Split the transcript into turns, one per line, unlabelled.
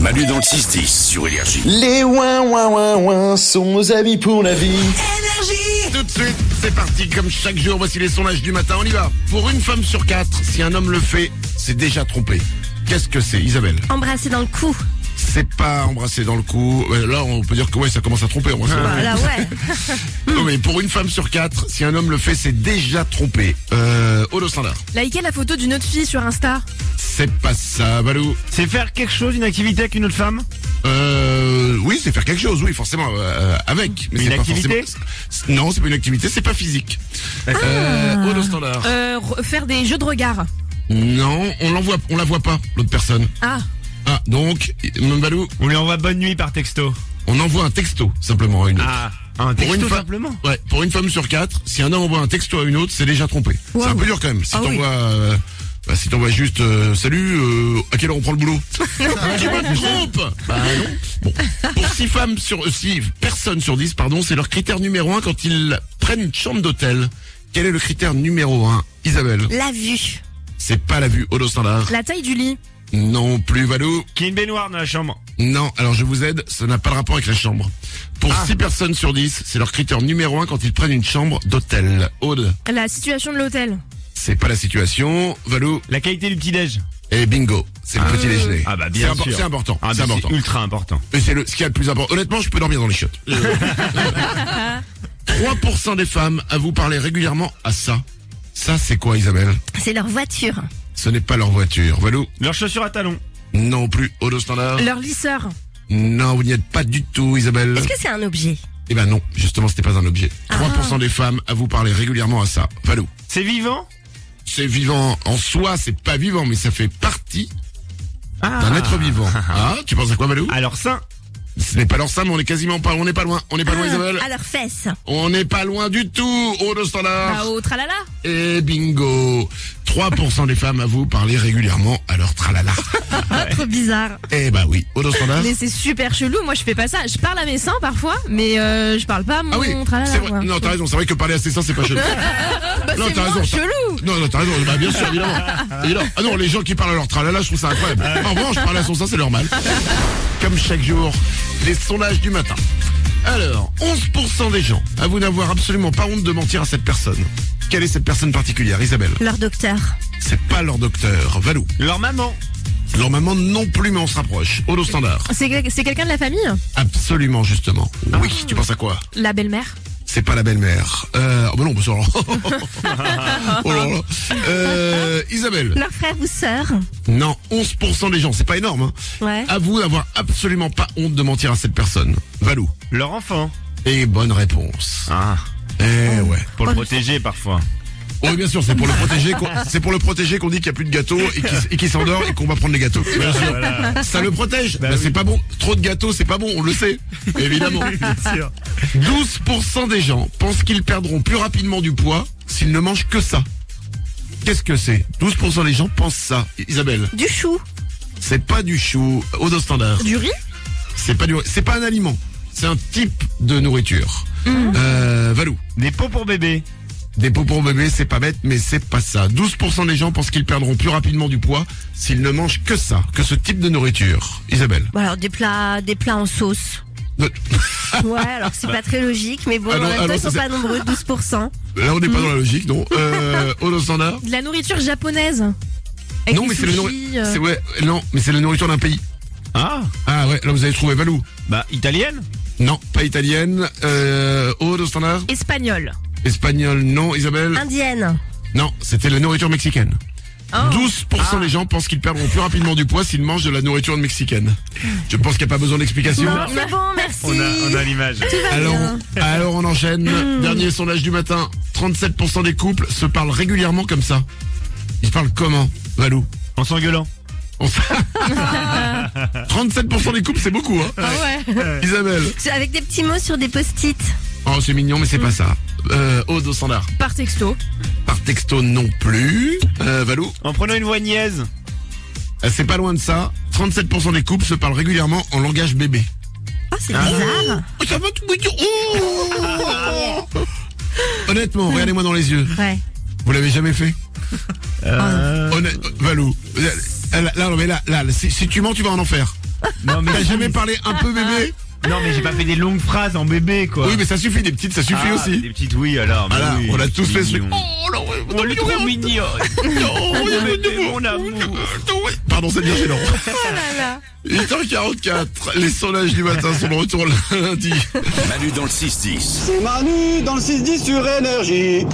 Manu dans le 6-10 sur Énergie.
Les ouin ouin ouin ouin sont nos amis pour la vie.
Tout de suite, c'est parti. Comme chaque jour, voici les sondages du matin. On y va. Pour une femme sur quatre, si un homme le fait, c'est déjà trompé. Qu'est-ce que c'est, Isabelle
Embrasser dans le cou.
C'est pas embrasser dans le cou. Euh, Là, on peut dire que ouais, ça commence à tromper. embrasser dans le
Voilà, Ah, ouais. Ah.
cou. Non, mais pour une femme sur quatre, si un homme le fait, c'est déjà trompé. Euh, Odo Standard.
Liker la photo d'une autre fille sur Insta.
C'est pas ça, Balou.
C'est faire quelque chose, une activité avec une autre femme
Euh, oui, c'est faire quelque chose, oui, forcément, euh, avec. Mais
Une
c'est pas
activité
forcément- c'est- Non, c'est pas une activité, c'est pas physique.
Ah.
Euh, Odo Standard.
Euh, re- faire des jeux de regard.
Non, on l'envoie, on la voit pas, l'autre personne.
Ah,
Ah, donc, Balou.
On lui envoie bonne nuit par texto.
On envoie un texto simplement à une autre.
Ah, un texto
une fa-
simplement.
Ouais, pour une femme sur quatre, si un homme envoie un texto à une autre, c'est déjà trompé.
Wow.
C'est un peu dur quand même. Si
Ah oui.
t'envoies, euh, bah, si t'envoies juste euh, salut, euh, à quelle heure on prend le boulot Tu me trompes Bah non. Bon, pour six femmes sur euh, six personnes sur 10, pardon, c'est leur critère numéro un quand ils prennent une chambre d'hôtel. Quel est le critère numéro un, Isabelle
la vue.
C'est pas la vue, Odo standard.
La taille du lit.
Non plus, Valou.
Qu'il y ait une baignoire dans la chambre.
Non, alors je vous aide, ça n'a pas de rapport avec la chambre. Pour
Ah.
6 personnes sur 10, c'est leur critère numéro 1 quand ils prennent une chambre d'hôtel. Aude,
La situation de l'hôtel.
c'est pas la situation. Valou
La qualité du petit-déj.
et bingo, c'est le petit déjeuner.
Ah bah, bien
C'est impor-
sûr.
C'est important,
Ah,
c'est
mais
important.
ultra important.
Et c'est le, ce qu'il y a le plus important. Honnêtement, je peux dormir dans les chiottes. Euh, 3% des femmes avouent parler régulièrement à ça. Ça, c'est quoi Isabelle
C'est leur voiture.
Ce n'est pas leur voiture. Valou
Leurs chaussures à talons.
Non plus. Aude au standard
Ah. Leur lisseur.
Non, vous n'y êtes pas du tout Isabelle.
Est-ce que c'est un objet
Eh ben non, justement, c'était pas un objet. 3% des femmes à vous parler régulièrement à ça. Valou.
C'est vivant
C'est vivant en soi, c'est pas vivant, mais ça fait partie d'un être vivant. Ah, tu penses à quoi, Valou
Alors ça,
Ce n'est pas leur ça, mais on est quasiment pas, on n'est pas loin. On n'est pas
Ah.
loin, Isabelle.
Ah, À leurs fesses.
On n'est pas loin du tout. Au de
Bah,
standard.
au tralala.
Et bingo. 3% des femmes à vous parler régulièrement à leur tralala.
Trop bizarre.
Eh bah oui, au de standard.
Mais c'est super chelou. Moi, je fais pas ça. Je parle à mes seins parfois, mais euh, je parle pas à mon
Ah oui,
tralala.
c'est vrai.
moi.
Non, t'as raison, c'est vrai que parler à ses seins, c'est pas chelou.
Bah,
non,
c'est
t'as
moins
raison, t'as-
chelou.
Non, non, t'as raison, bah, bien sûr, évidemment. Évidemment. Ah non, les gens qui parlent à leur tralala, je trouve ça incroyable. En revanche, parler à son sein, c'est normal. Comme chaque jour, les sondages du matin. Alors, 11% des gens avouent n'avoir absolument pas honte de mentir à cette personne. Quelle est cette personne particulière, Isabelle
Leur docteur.
C'est pas leur docteur, Valou.
leur maman.
Leur maman non plus, mais on se rapproche. Holo standard.
C'est c'est quelqu'un de la famille
Absolument, justement. Oui, tu penses à quoi
La belle-mère
C'est pas la belle-mère. Euh, oh bah non, bah, ça- oh là là. Euh, Isabelle.
Leur frère ou sœur.
Non, 11% des gens, c'est pas énorme. Hein,
Ouais.
Avouent avoir absolument pas honte de mentir à cette personne. Valou.
Leur enfant.
Et bonne réponse.
Ah,
Eh ouais. Oh
pour le protéger parfois.
Oui, bien sûr, c'est pour le protéger. qu'on- C'est pour le protéger qu'on dit qu'il n'y a plus de gâteaux et qu'il et qu'il s'endort et qu'on va prendre les gâteaux. Bien sûr.
Voilà,
Ça le protège.
Bah
Bah,
oui.
C'est pas bon. Trop de gâteaux, c'est pas bon. On le sait. Évidemment.
bien sûr.
12% des gens pensent qu'ils perdront plus rapidement du poids s'ils ne mangent que ça. Qu'est-ce que c'est 12% des gens pensent ça. Isabelle,
Du chou.
c'est pas du chou au dos standard.
Du riz
C'est pas du, c'est pas un aliment. C'est un type de nourriture.
Mm.
Euh, Valou.
Des pots pour bébé.
Des pots pour bébé, c'est pas bête, mais c'est pas ça. 12% des gens pensent qu'ils perdront plus rapidement du poids s'ils ne mangent que ça, que ce type de nourriture. Isabelle.
Bon, alors des plats, des plats en sauce.
Euh,
Ouais, alors c'est pas très logique, mais bon,
Ah non,
en même
ah non,
temps, ils
ça,
sont
c'est-
pas nombreux, 12%.
Là, on n'est pas
Mm.
dans la logique, non. Euh, au dos standard.
De la nourriture japonaise Avec
non,
les
mais c'est le
sushis, euh,
nourri- c'est- ouais, non, mais c'est la nourriture d'un pays.
Ah,
Ah ouais, là vous avez trouvé Valou.
bah italienne
Non, pas italienne. Euh, Aude au standard.
Espagnol.
Espagnol, non.
Ah
Isabelle.
Indienne.
Non, c'était la nourriture mexicaine.
Oh.
12% des gens pensent qu'ils perdront plus rapidement du poids s'ils mangent de la nourriture mexicaine. Je pense qu'il n'y a pas besoin d'explication.
Non, c'est bon, merci.
On a, on a l'image.
Alors, alors on enchaîne. Dernier sondage du matin. 37% des couples se parlent régulièrement comme ça. Ils se parlent comment, Valou
En s'engueulant.
On s- 37% des couples, c'est beaucoup, hein
Ah ouais.
Isabelle.
C'est Avec des petits mots sur des post-it.
Oh, c'est mignon, mais c'est pas ça. Euh, Aude au standard.
Par texto.
Par texto non plus. Euh, Valou,
En prenant une voix niaise.
euh, c'est pas loin de ça. 37% des couples se parlent régulièrement en langage bébé.
Oh, c'est bizarre.
Oh, ça va tout me dire- Oh Honnêtement, regardez-moi dans les yeux.
Ouais.
Vous l'avez jamais fait
Euh,
Honnête- Valou. Là, là, non, mais là, là, si, si tu mens, tu vas en enfer.
Non mais
T'as jamais parlé un peu bébé
Non mais j'ai pas fait des longues phrases en bébé quoi.
Oui, mais ça suffit, des petites, ça suffit
Ah,
aussi.
Des petites oui alors. mais
Voilà,
oui,
on a
c'est
tous fait ce truc.
mignon.
Oh là, ouais,
Oh, elle est trop mignonne.
Non, il y a
Mais
le
t'es
nouveau.
mon amour. Oh
Attends, ouais. Pardon, c'est bien gênant. 8h44, les sondages du matin sont de retour lundi.
Manu dans le 6-10.
C'est Manu dans le 6-10 sur énergie.